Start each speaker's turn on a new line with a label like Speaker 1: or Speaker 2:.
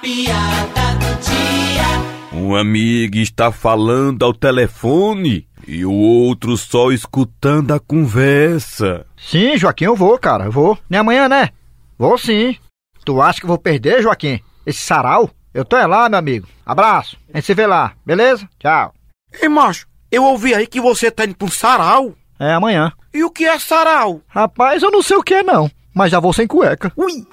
Speaker 1: piada do dia.
Speaker 2: Um amigo está falando ao telefone e o outro só escutando a conversa.
Speaker 3: Sim, Joaquim, eu vou, cara, eu vou. Nem amanhã, né? Vou sim. Tu acha que eu vou perder, Joaquim? Esse sarau? Eu tô é lá, meu amigo. Abraço. A gente se vê lá, beleza? Tchau.
Speaker 4: Ei, macho, eu ouvi aí que você tá indo pra um sarau.
Speaker 3: É amanhã.
Speaker 4: E o que é sarau?
Speaker 3: Rapaz, eu não sei o que é não, mas já vou sem cueca.
Speaker 4: Ui!